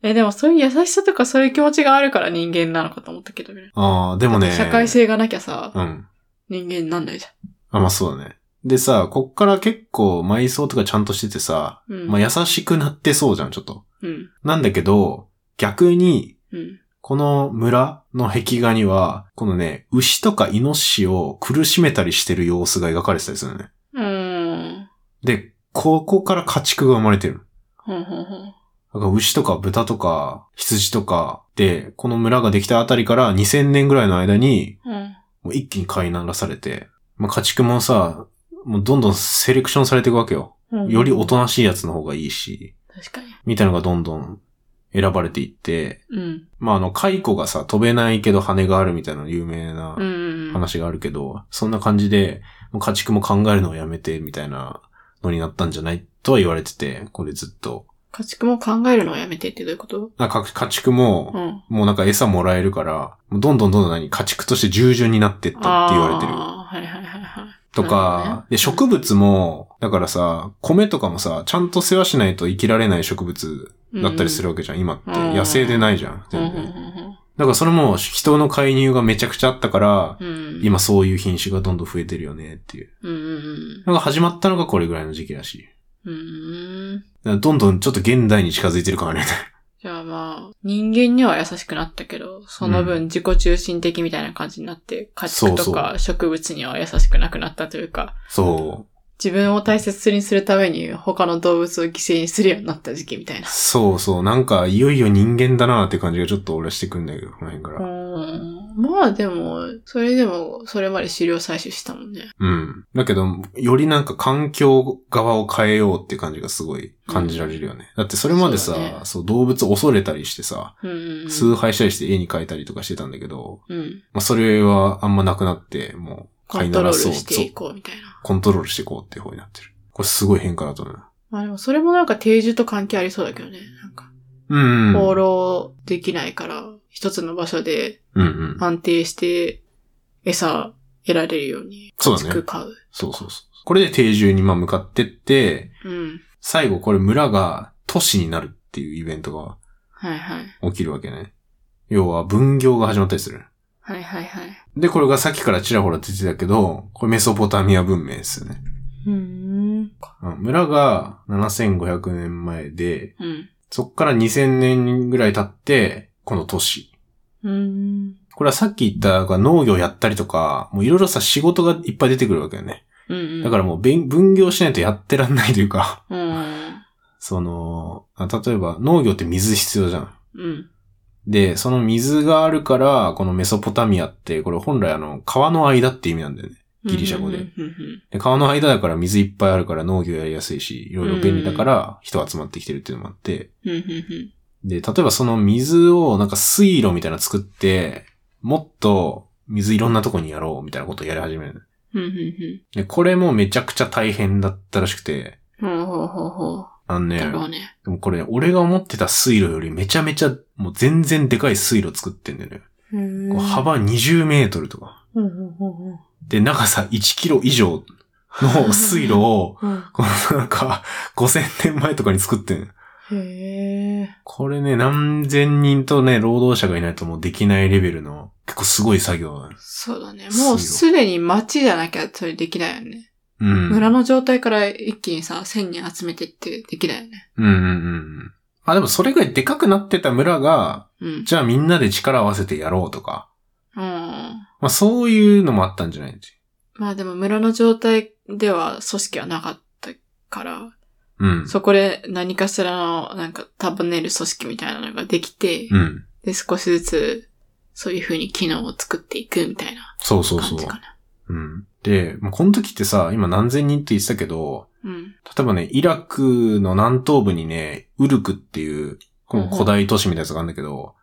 え、でもそういう優しさとかそういう気持ちがあるから人間なのかと思ったけどね。
ああ、でもね。
社会。性がなきゃさ、
うん。
人間になんないじ
あ、まあそうだね。でさ、こっから結構埋葬とかちゃんとしててさ、
ゃん。うん。
まあ優しくなってそうじゃん、ちょっと。
うん。
なんだけど、逆に、
うん。
この村の壁画には、このね、牛とかイノシシを苦しめたりしてる様子が描かれてたりするのね。
うーん。
で、ここから家畜が生まれてる。
ほんほんほん。
だから牛とか豚とか羊とかで、この村ができたあたりから2000年ぐらいの間に、
うん。
もう一気に飼いならされて、まあ、家畜もさ、もうどんどんセレクションされていくわけよ。
うん
よりおとなしいやつの方がいいし、
確かに。
みたいなのがどんどん選ばれていって、
うん。
まあ、あの、蚕がさ、飛べないけど羽があるみたいな有名な
うん。
話があるけど、そんな感じで、もう家畜も考えるのをやめて、みたいなのになったんじゃないとは言われてて、これずっと。
家畜も考えるのをやめてってどういうこと
なんか家畜
う
も、
ん。
もうなんか餌もらえるから、もうどんどんどんどん何、家畜として従順になってったって言われてる。
あーはいはいはいはい。
と
なるほどね
か、で、植物も、だからさ、米とかもさ、ちゃんと世話しないと生きられない植物だったりするわけじゃん、今って。
うん
野生でないじゃん、
うん。
全然。だからそれも人の介入がめちゃくちゃあったから、
うん。
今そういう品種がどんどん増えてるよねっていう。
うん。うん。
なんか始まったのがこれぐらいの時期らしい。
うん。
だからどんどんちょっと現代に近づいてる感あるよね。
じゃあまあ、人間には優しくなったけど、その分自己中心的みたいな感じになって、家畜とか植物には優しくなくなったというか、
そう。
自分を大切にするために他の動物を犠牲にするようになった時期みたいな。
そうそう。なんか、いよいよ人間だなって感じがちょっと俺はしてくんだけど、この辺か
う
ら。
ん。まあでも、それでも、それまで資料採取したもんね。
うん。だけど、よりなんか環境側を変えようって感じがすごい感じられるよね。だってそれまでさ、そ
そ
うう,、
だね
動物恐れたりしてさ、
うんうんうん。
崇拝したりして絵に描いたりとかしてたんだけど、
うん。
まあそれはあんまなくなって、もう
コ
飼い
ント
な
ロ
ら
ー
そう
ルしていこうみたいな。
コントロールしていこうっていう方になってる。これすごい変化だと思う。
まあでも、それもなんか定住と関係ありそうだけどね。なんか、
うん、うん。
放浪できないから、一つの場所で
うんうん。
安定して餌得られるように、
そうだね
く買う。
そうそうそう。これで定住にまあ向かってって、
うん。
最後これ村が都市になるっていうイベントが
はいはい。
起きるわけね。要は分業が始まったりする。
はいはいはい。
で、これがさっきからちらほら出てたけど、これメソポタミア文明ですよね。
う
う
ん。
ん村が7500年前で、
うん。
そっから2000年ぐらい経って、この都市。
うん。
これはさっき言ったが農業やったりとか、もういろいろさ仕事がいっぱい出てくるわけよね。
うん。
だからもう分分業しないとやってらんないというか、
ら、うん。
その、あ例えば農業って水必要じゃん。
うん。
で、その水があるから、このメソポタミアって、これ本来あの、川の間って意味なんだよね。ギリシャ語で
うんうん
で川の間だから水いっぱいあるから農業やりやすいし、いろいろ便利だから人集まってきてるっていうのもあって、
うん。うんうん
で、例えばその水をなんか水路みたいなの作って、もっと水いろんなとこにやろうみたいなことをやり始めるの。
うん。うんうん
で、これもめちゃくちゃ大変だったらしくて、
うん。ほうほうほうほう。
あのね、
だろうね。
でもこれね、俺が思ってた水路よりめちゃめちゃ、もう全然でかい水路作ってんだよね。こう幅20メートルとか。
うんうんうん
で、長さ1キロ以上の水路を、
うん
このなんか、5000年前とかに作ってんの
へえ。
これね、何千人とね、労働者がいないともうできないレベルの、結構すごい作業なの
そうだね。もうすでに街じゃなきゃそれできないよね。
うん。
村の状態から一気にさ、千人集めてってできないよね。
うんうんうん。まあでもそれぐらいでかくなってた村が、
うん。
じゃあみんなで力を合わせてやろうとか、
うん。
まあそういうのもあったんじゃない
まあでも村の状態では組織はなかったから、
うん。
そこで何かしらのなんか束ねる組織みたいなのができて、
うん。
で、少しずつそういう風に機能を作っていくみたいな
そうそうそ
感
う
じ。かな。
うん。で、まあ、この時ってさ、今何千人って言ってたけど、
うん。
例えばね、イラクの南東部にね、ウルクっていう、この古代都市みたいなやつがあるんだけど、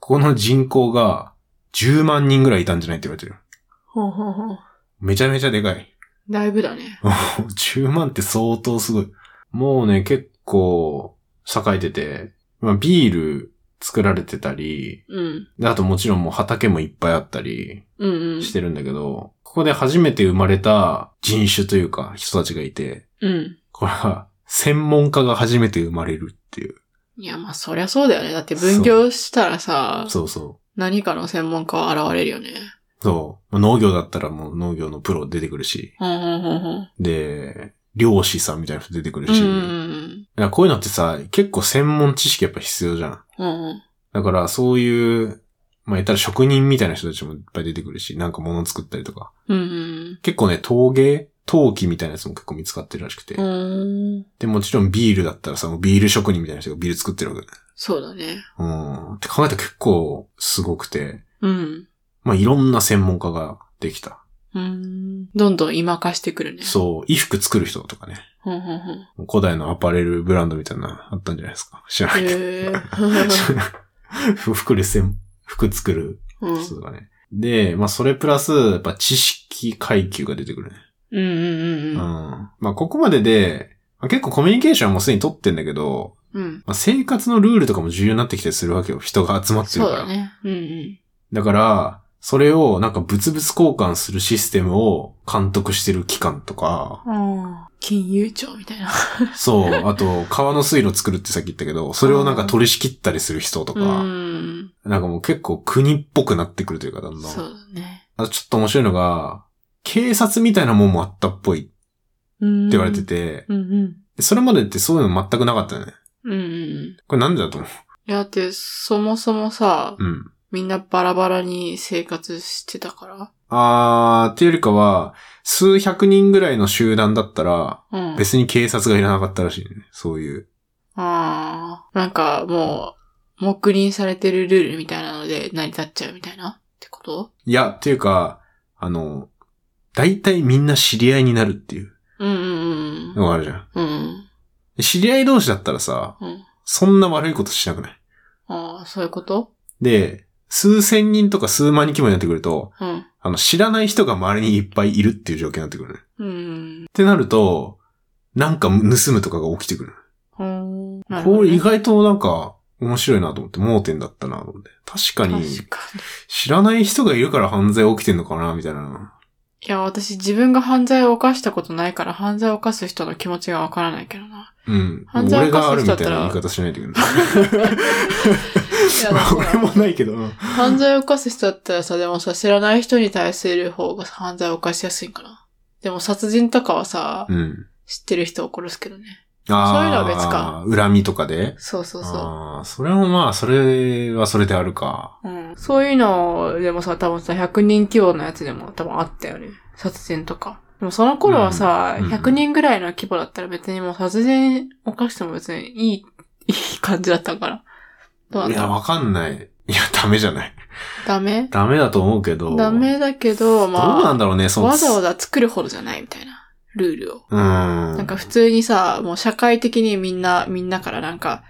ここの人口が10万人ぐらいいたんじゃないって言われてる。
ほうほうほう。
めちゃめちゃでかい。
だいぶだね。
10万って相当すごい。もうね、結構、栄えてて、まあ、ビール作られてたり、
うん。
であともちろんもう畑もいっぱいあったり
うんうん。
してるんだけど、ここで初めて生まれた人種というか人たちがいて、
うん。
これは専門家が初めて生まれるっていう。
いや、まあ、そりゃそうだよね。だって分業したらさ、
そうそ
何かの専門家は現れるよね。
う。そう。まあ農業だったらもう農業のプロ出てくるし、
うんうんうん
で、漁師さんみたいな人出てく
う
る
ん。う
し、
ん
だからこういうのってさ、結構専門知識やっぱ必要じゃん。
うんうん。うん
だからそういう、まあ言ったら職人みたいな人たちもいっぱい出てくるし、なんか物作ったりとか。
うん。うん
結構ね、陶芸陶器みたいなやつも結構見つかってるらしくて。
うん。うん。
で、もちろんビールだったらさ、もうビール職人みたいな人がビール作ってるわけだね。
そうだね。
うん。って考えたら結構すごくて、
うん。
まあいろんな専門家ができた。
うん。どんどん今化してくるね。
そう、衣服作る人とかね。
うんうんうん。
古代のアパレルブランドみたいなのあったんじゃないですか。知らない けど。
へ え。
服でせん服作る
うん。うん
人とかね。で、まあそれプラス、やっぱ知識階級が出てくるね。
うん
うん。
うん
まあここまでで、まあ結構コミュニケーションはもうすでに取ってんだけど、
うん。うん。
まあ、生活のルールとかも重要になってきたりするわけよ。人が集まってる
そう
から。
だね。うんうん。、
だから、それをなんか物々交換するシステムを監督してる機関とか
ああ。金融庁みた いな。
そう、あと川の水路作るってさっき言ったけど、それをなんか取り仕切ったりする人と
う
か、
ん。
なんかもう結構国っぽくなってくるというか、だんだん。
そうだね。
あとちょっと面白いのが、警察みたいなもんもあったっぽいって
うん。
言われて。て、
うんうん。
でそれまでってそういうの全くなかったよね。
うんうんうん。
これなんでだと思
いや、だって、そもそもさ、
ううん。
みんなバラバラに生活してたか
あー、っていうよりかは、数百人ぐらいの集団だったら、
ら。うん。
別に警察がいらなかったらしいね。そういう。
ああ。なんかもう、黙認されてるルールみたいなので成り立っちゃうみたいなってこと
いや、っていうか、あの、大体みんな知り合いになるっていう
うんうんうん。
のがあるじゃん。
うん。
知り合い同士だったらさ、
うん。
そんな悪いことしなくない
ああ、そういうこと
で、数千人とか数万人規模になってくると、
うん。
あの、知らない人が周りにいっぱいいるっていう状況になってくるね。っ
うん。
てなると、なんか盗むとかが起きてくる。
うん。なるほ
こ
ど
れ意
ね
外となんか面白いなと思って、盲点だったなと思って。確かに、
確かに。
知らない人がいるから犯罪起きてんのかなみたいな。
いや、私自分が犯罪を犯したことないから、犯罪を犯す人の気持ちがわからないけどな。
うん。
犯罪
俺
を犯
がある
す
みた
人だ
い
ったら
な言い方しないといけない。
い や
まあ
そうだ
俺もないけど。うん
犯罪を犯す人だったらさ、でもさ、知らない人に対する方が犯罪を犯しやすいんかな。でも殺人とかはさ、
うん。
知ってる人を殺すけどね。
あ
そういうのは別か
ー恨みとかで
そうそうそ
ああ、それもまあ、それはそれであるか。
う。うん。そういうの、でもさ、多分さ、100人規模のやつでも多分あったよね。殺人とか。でもその頃はさ、
うんうん
100人ぐらいの規模だったら別にもう殺人を犯しても別にいい、 いい感じだったから。ど
い
うな
や、
んだ
わかんない。いや、ダメじゃない。
ダメ
ダメだと思うけど。
ダメだけど、まあ。
どうなんだろうね、その。
わざわざ作るほどじゃないみたいな、ルールを。
うん。
なんか普通にさ、もう社会的にみんな、みんなからなんか、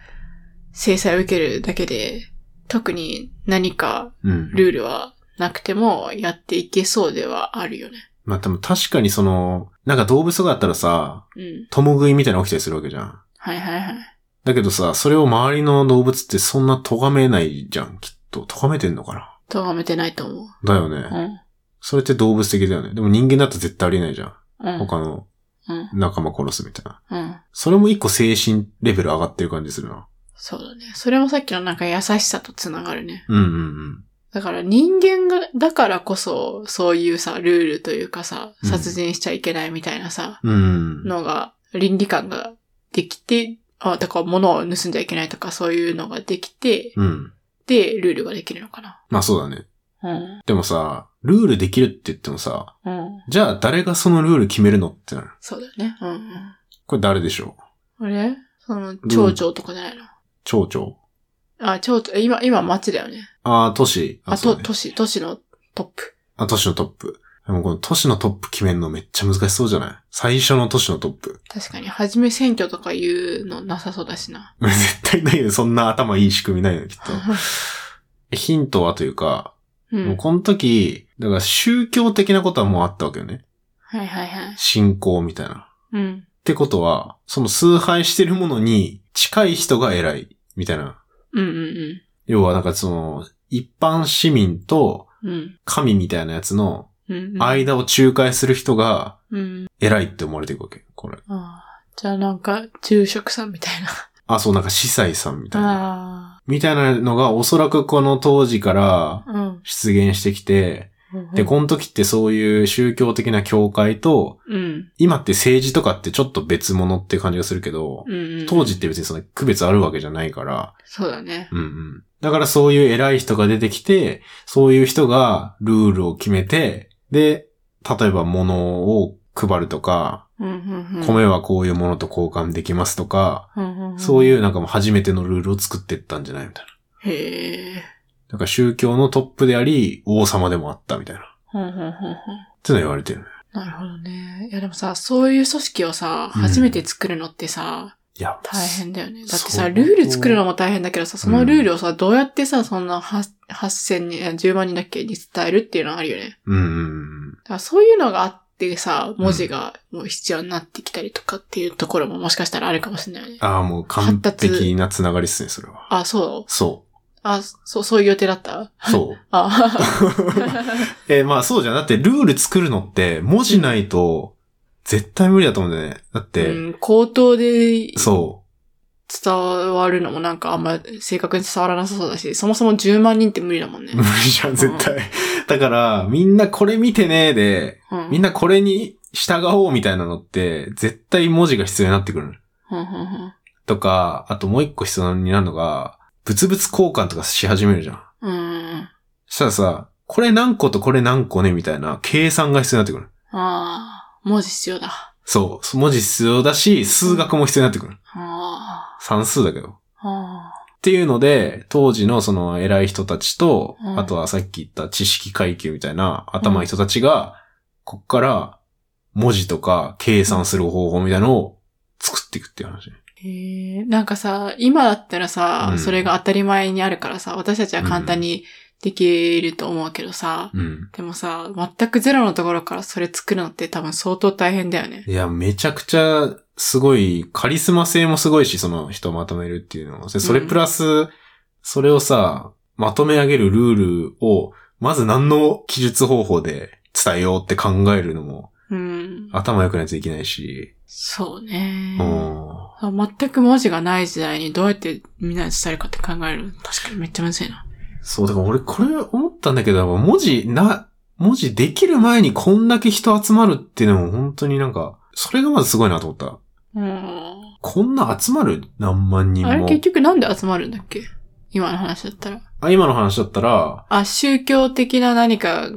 制裁を受けるだけで、特に何か
うん。
ルールはなくてもやっていけそうではあるよね。
まあ、でも確かにその、なんか動物とかだったらさ、
うん。
共食いみたいなの起きたりするわけじゃん。
はいはいはい。
だけどさ、それを周りの動物ってそんな咎めないじゃん、きっと。咎めてんのかな。
とがめてないと思う。
だよね。
うん。
それって動物的だよね。でも人間だったら絶対ありえないじゃん。
うん。
他の
うん。
仲間殺すみたいな。
うん。
それも一個精神レベル上がってる感じするな。
そうだね。それもさっきのなんか優しさとつながるね。
うんうん
だから人間が、だからこそ、そういうさ、ルールというかさ、
うん
殺人しちゃいけないみたいなさ、
うん。うん。
のが、倫理観ができて、あ、だから物を盗んじゃいけないとかそういうのができて、
うん。
で、ルールができるのかな。
まあそうだね。
うん。
でもさ、ルールできるって言ってもさ、
うん。
じゃあ誰がそのルール決めるのってなる。
そうだよね。うんうん。
これ誰でしょう
あれその、町長とかじゃないの、
町長。
あ、町長、今、今町だよね。
ああ、都市。
あ、
そう
と、
ね
都市、都市のトップ。
あ、都市のトップ。でもこの都市のトップ決めるのめっちゃ難しそうじゃない最初の都市のトップ。
確かに、はじめ選挙とか言うのなさそうだしな。
絶対ないよね。そんな頭いい仕組みないよね、きっ と。ヒントはというか、
う。
もうんこの時、だから宗教的なことはもうあったわけよね。
はいはいはい。
信仰みたいな。
うん。
ってことは、その崇拝してるものに近い人が偉い、みたいな。
うんうん
要はなんかその、一般市民と
うん。うん。
神みたいなやつの
うん、うん。
間を仲介する人が
うん。
偉いって思われていくわけ。これ。
ああ。じゃあなんか、住職さんみたいな。
あ、そう、なんか司祭さんみたいな。
あ
みたいなのがおそらくこの当時から
あ。うん。
出現してきて、で、この時ってそういう宗教的な教会と、
うん。
今って政治とかってちょっと別物って感じがするけど、
うん。
当時って別にその区別あるわけじゃないから、
そうだね。
うんうん。だからそういう偉い人が出てきて、そういう人がルールを決めて、で、例えば物を配るとか、
うん、うん、うん。
米はこういうものと交換できますとか、
うんうんうん、
そういう
う。
なんかもう初めてのルールを作ってったんじゃないみたいな。
へえ。
だから宗教のトップであり、王様でもあったみたいな。っ
うん、うん、うん。うん
てのは言われてるね。
なるほどね。いやでもさ、そういう組織をさ、
うん
初めて作るのってさ、
いや、
大変だよね。だって
そ
さ、
う
ルール作るのも大変だけどさ、そのルールをさ、どうやってさ、そんなは8000人、え10万人だっけに伝えるっていうのはあるよね。
うんうん
だからそういうのがあってさ、文字がもう必要になってきたりとかっていうところももしかしたらあるかもしれないよね
うん。。ああ、もう完璧なつながりっすね、それは。
あ、そう
そ
あ、そう、そういう予定だった
う。そう。
あ
えーまあそうじゃん。だってルール作るのって文字ないと絶対無理だと思うんだよね。だっ
う
て、
ん、口頭で
そ
伝わるのもなんかあんま正確に伝わらなさそうだし、そもそも10万人って無理だもんね
う。無。理じゃん、絶対。だから、みんなこれ見てねで、
うん。
みんなこれに従おうみたいなのって、絶対文字が必要になってくる。
うんうん
とか、あともう一個必要になるのが、物々交換とかし始めるじゃん。
うん。うん。
そしたらさ、これ何個とこれ何個ねみたいな計算が必要になってくる。
ああ、文字必要だ。
そう。文字必要だし、数学も必要になってくる。
あ
算数だけど。
あ、ああ。
っていうので、当時のその偉い人たちと、
うん
あとはさっき言った知識階級みたいな頭いい人たちが、こっから文字とか計算する方法みたいなのを作っていくっていう話ね。
えー、なんかさ、今だったらさ、
うん
それが当たり前にあるからさ、私たちは簡単にできると思うけどさ、
うん。
でもさ、全くゼロのところからそれ作るのって多分相当大変だよね。
いや、めちゃくちゃすごい、カリスマ性もすごいし、その人をまとめるっていうのも。でそれプラス、それをさ、まとめ上げるルールを、まず何の記述方法で伝えようって考えるのも、
うん。
頭良くないといけないし、
そうね
う。ん。
あ全く文字がない時代にどうやってみんなに伝えるかって考えるの確かにめっちゃむずいな。
そう、だから俺これ思ったんだけど、文字な、文字できる前にこんだけ人集まるっていうのも本当になんか、それがまずすごいなと思った。
うん。
こんな集まる何万人
あれ
も。
結局なんで集まるんだっけ今の話だったら。
あ今の話だったら、
あ、宗教的な何か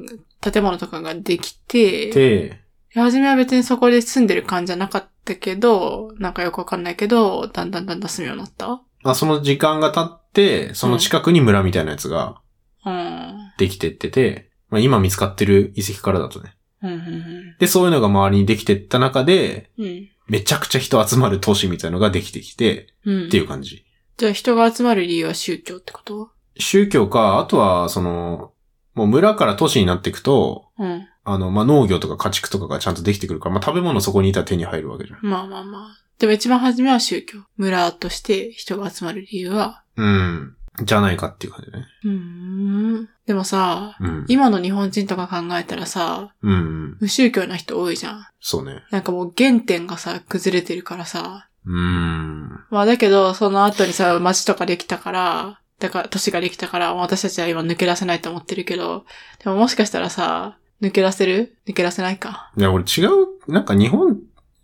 建物とかができて、
で、
初めは別にそこで住んでる感じじゃなかったけど、なんかよくわかんないけど、だんだんだんだん住むようになった
まあ、その時間が経って、その近くに村みたいなやつが
うん。
できてってて、まあ、今見つかってる遺跡からだとね。
うんうん
で、そういうのが周りにできてった中で、
うん。うん。
めちゃくちゃ人集まる都市みたいのができてきて、
うん。
っていう感じ。
じゃあ人が集まる理由は宗教ってこと
宗教か、あとは、その、もう村から都市になっていくと、
うん。
あの、まあ、農業とか家畜とかがちゃんとできてくるから、まあ、食べ物そこにいたら手に入るわけじゃん。
まあまあまあ。でも一番初めは宗教。村として人が集まる理由は。
うん。じゃないかっていう感じね。
うーん。でもさ、
うん。
今の日本人とか考えたらさ、
うんうん。
無宗教な人多いじゃん。
そうね。
なんかもう原点がさ、崩れてるからさ。
うん。
まあだけど、その後にさ、街とかできたから、だから、都市ができたから、私たちは今抜け出せないと思ってるけど、でももしかしたらさ、抜け出せる抜け出せないか。
いや、俺違う、なんか日本、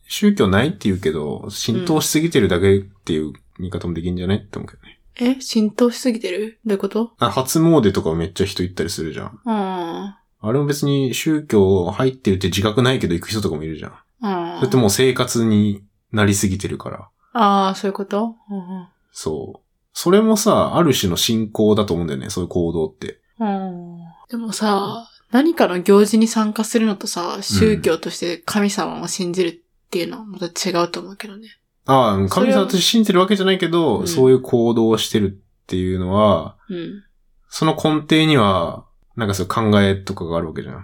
宗教ないって言うけど、浸透しすぎてるだけっていう見方もできんじゃないって思うけどね。
え浸透しすぎてるどういうこと
あ、初詣とかめっちゃ人行ったりするじゃん。
うん。
あれも別に宗教入ってるって自覚ないけど行く人とかもいるじゃん。
うん。
それってもう生活になりすぎてるから。
ああ、そういうことうん
そう。それもさ、ある種の信仰だと思うんだよね、そういう行動って。
うん。でもさ、何かの行事に参加するのとさ、宗教として神様を信じるっていうのはまた違うと思うけどね。
ああ、神様
それは
として信じてるわけじゃないけど、
うん
そういう行動をしてるっていうのは、
うん。
その根底には、なんかそういう考えとかがあるわけじゃん。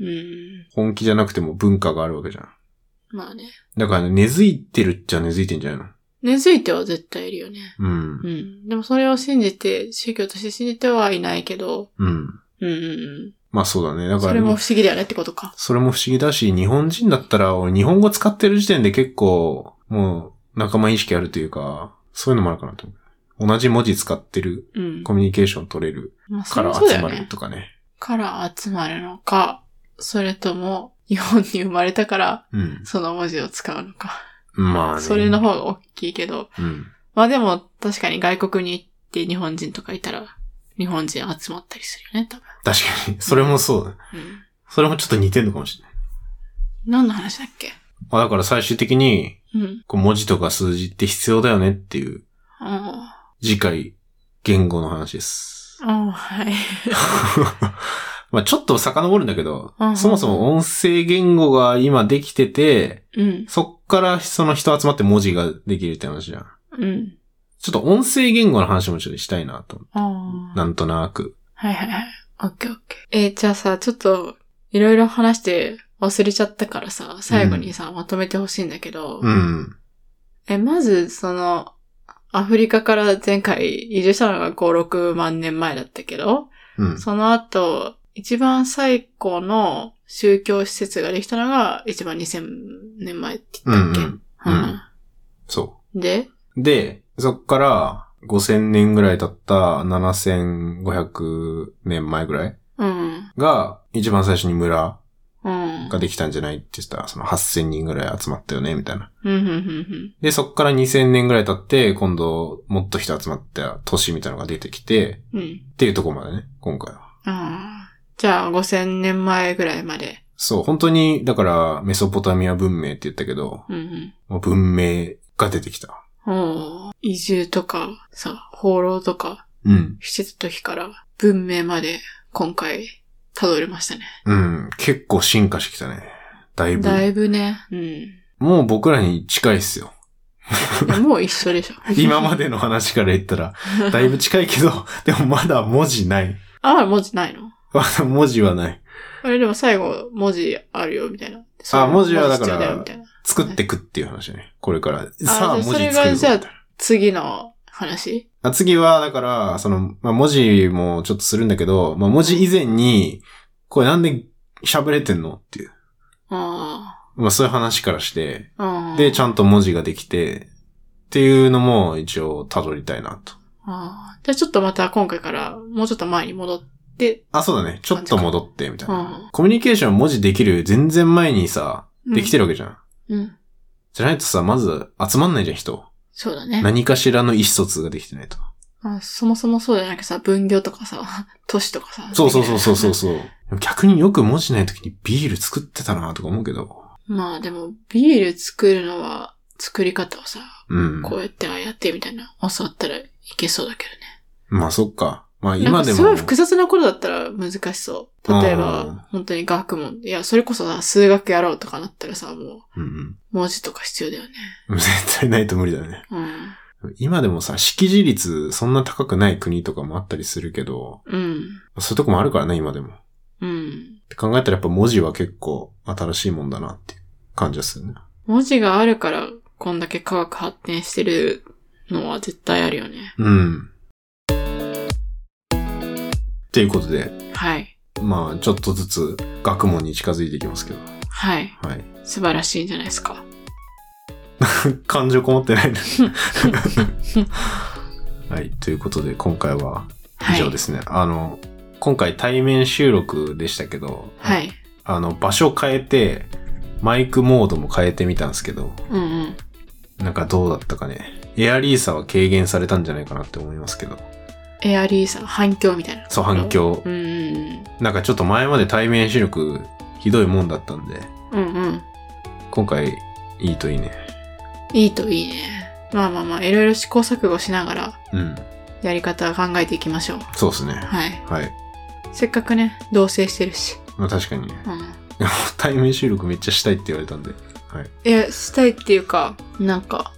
うん。
本気じゃなくても文化があるわけじゃん。
まあね。
だからね、根付いてるっちゃ根付いてんじゃない
根付いては絶対いるよね。
の
う。ん。でもそれを信じて、宗教として信じてはいないけど、
うん。うん。
うんうん
まあそうだね。だ
うん。
か
そ
ら
れも
ね、
不思議だよねってことか。
それも不思議だし、日本人だったら、俺日本語使ってる時点で結構、もう、仲間意識あるというか、そういうのもあるかなと思う。同じ文字使ってる、
うん。
コミュニケーション取れる
まあ、そ
か
れ
ら
もそうだ
集
よ
まる
ね。
とかね。
から集まるのか、それとも、日本に生まれたから、
うん。
その文字を使うのか。
まあね。
それの方が大きいけど。
うん。
まあでも、確かに外国に行って日本人とかいたら、日本人集まったりするよね、多分。
確かに。それもそうだ。
うん。
それもちょっと似てんのかもしれない。
何の話だっけ
まあだから最終的に、
うん。
こう文字とか数字って必要だよねっていう
あ
次回、言語の話です
あ、。ああはい。
まあちょっと遡るんだけど
うんう、ん
そもそも音声言語が今できてて、
うん。
そっからその人集まって文字ができるって話じゃん。
うん。
ちょっと音声言語の話もちょっとしたいなと思
あ
う。
あ。
なんとなく。
はいはいはい。オッケーオッケー。えーじゃあさ、ちょっと、いろいろ話して忘れちゃったからさ、最後にさ、まとめてほしいんだけど、
うん。
え、まず、その、アフリカから前回移住したのが5、6万年前だったけど、
うん。
その後、一番最古の宗教施設ができたのが、一番2000年前って
う
言
ん
ったっけ、
うん。うんそ
で、
う。で、そっから5000年ぐらい経った7500年前ぐらい
うん、
が一番最初に村
うん、
ができたんじゃないって言ったら、その8000人ぐらい集まったよね、みたいな。
うん、うん、うん、
で、そっから2000年ぐらい経って、今度、もっと人集まった都市みたいなのが出てきて、
うんうん。
っていうところまでね、今回は。
あーじゃあ、5000年前ぐらいまで。
そう、本当に、だから、メソポタミア文明って言ったけど、
うん、うん。
もう文明が出てきた。
あうん移住とか、さ、放浪とか
うん。
してた時から文明まで今回辿れましたね。
うん。結構進化してきたね。だいぶ。
だい ぶね、うん。
もう僕らに近いっすよ。。
いやもう一緒でしょ
今までの話から言ったら、だいぶ近いけど、 でもまだ文字ない。
あ、まだ文字ないの
まだ文字はない。
あれでも最後、文字あるよ、みたいな。
あ文字はだから
文字必要よみたいな
作ってくっていう話ね。これから。さあ、文字
じゃあ
作る
それ
ぞ
がじゃあ
みたいな
次の話
あ次は、だから、その、まあ、文字もちょっとするんだけど、まあ、文字以前に、これなんで喋れてんのっていう。
あ
まあ、そういう話からして、
あ。ああ
で、ちゃんと文字ができて、っていうのも一応辿りたいなと。
ああじゃあちょっとまた今回から、もうちょっと前に戻って、
あ、そうだね。ちょっと戻って、みたいうな。
ん
コミュニケーション文字できる全然前にさ、できて
る。
るわけじゃん。
うん。
じゃないとさ、まず集まんないじゃん、人。
そうだね。
何かしらの意思疎通ができてないと。
あそもそもそうじゃなくてさ、分業とかさ、都市とかさ。
そうそうそうそうそうそう。でも逆によく文字ない時にビール作ってたなとか思うけど。
まあでも、ビール作るのは、作り方をさ、
うん。
こうやってああやってみたいな、教わったらいけそうだけどね。
まあそっか。まあ
な
今
んか
です
ごい
も。
複雑なことだったら難しそう。例え
うん
ば、本当に学問。いや、それこそさ、数学やろうとかなったらさ、もう、
うん
文字とか必要だよね。
うん。絶対ないと無理だね。
うん。
今でもさ、識字率そんな高くない国とかもあったりするけど、
うん。
そういうとこもあるからね、今でも。っ
うん。
て考えたらやっぱ文字は結構新しいもんだなっていう感じがするね。
文字があるから、こんだけ科学発展してるのは絶対あるよね。
うん。っていうことで、
はい。
まあちょっとずつ学問に近づいていきますけど。
はい。
はい。
素晴らしいんじゃないですか。
感情こもってないね。 はい。ということで、今回は
は
以
い。
上ですね。あの、今回対面収録でしたけど、
はい。
あの、場所変えて、マイクモードも変えてみたんですけど、
うんうん。
なんかどうだったかね。エアリーサは軽減されたんじゃないかなって思いますけど。
エアリーさん、反響みたいな。
そう、反。響
う。んうん
なんかちょっと前まで対面収録ひどいもんだったんで、
うん。うんうん。
今回いいといいね。
いいといいね。まあまあまあ、いろいろ試行錯誤しながら、
うん。
やり方考えていきましょう。
そうですね。
はい。
はい。
せっかくね、同棲してるし。
まあ確かにね。
うん。
対面収録めっちゃしたいって言われたんで。
いや、したいっていうか、なんか、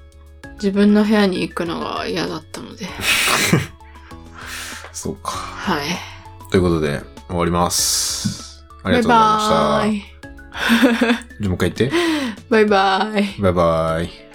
自分の部屋に行くのが嫌だったので。
そうか。
はい。
ということで、終わります。ありが
バイ
とうございました。
バーイ。
じゃあもう一回言って。
バイバーイ。
バイバイ。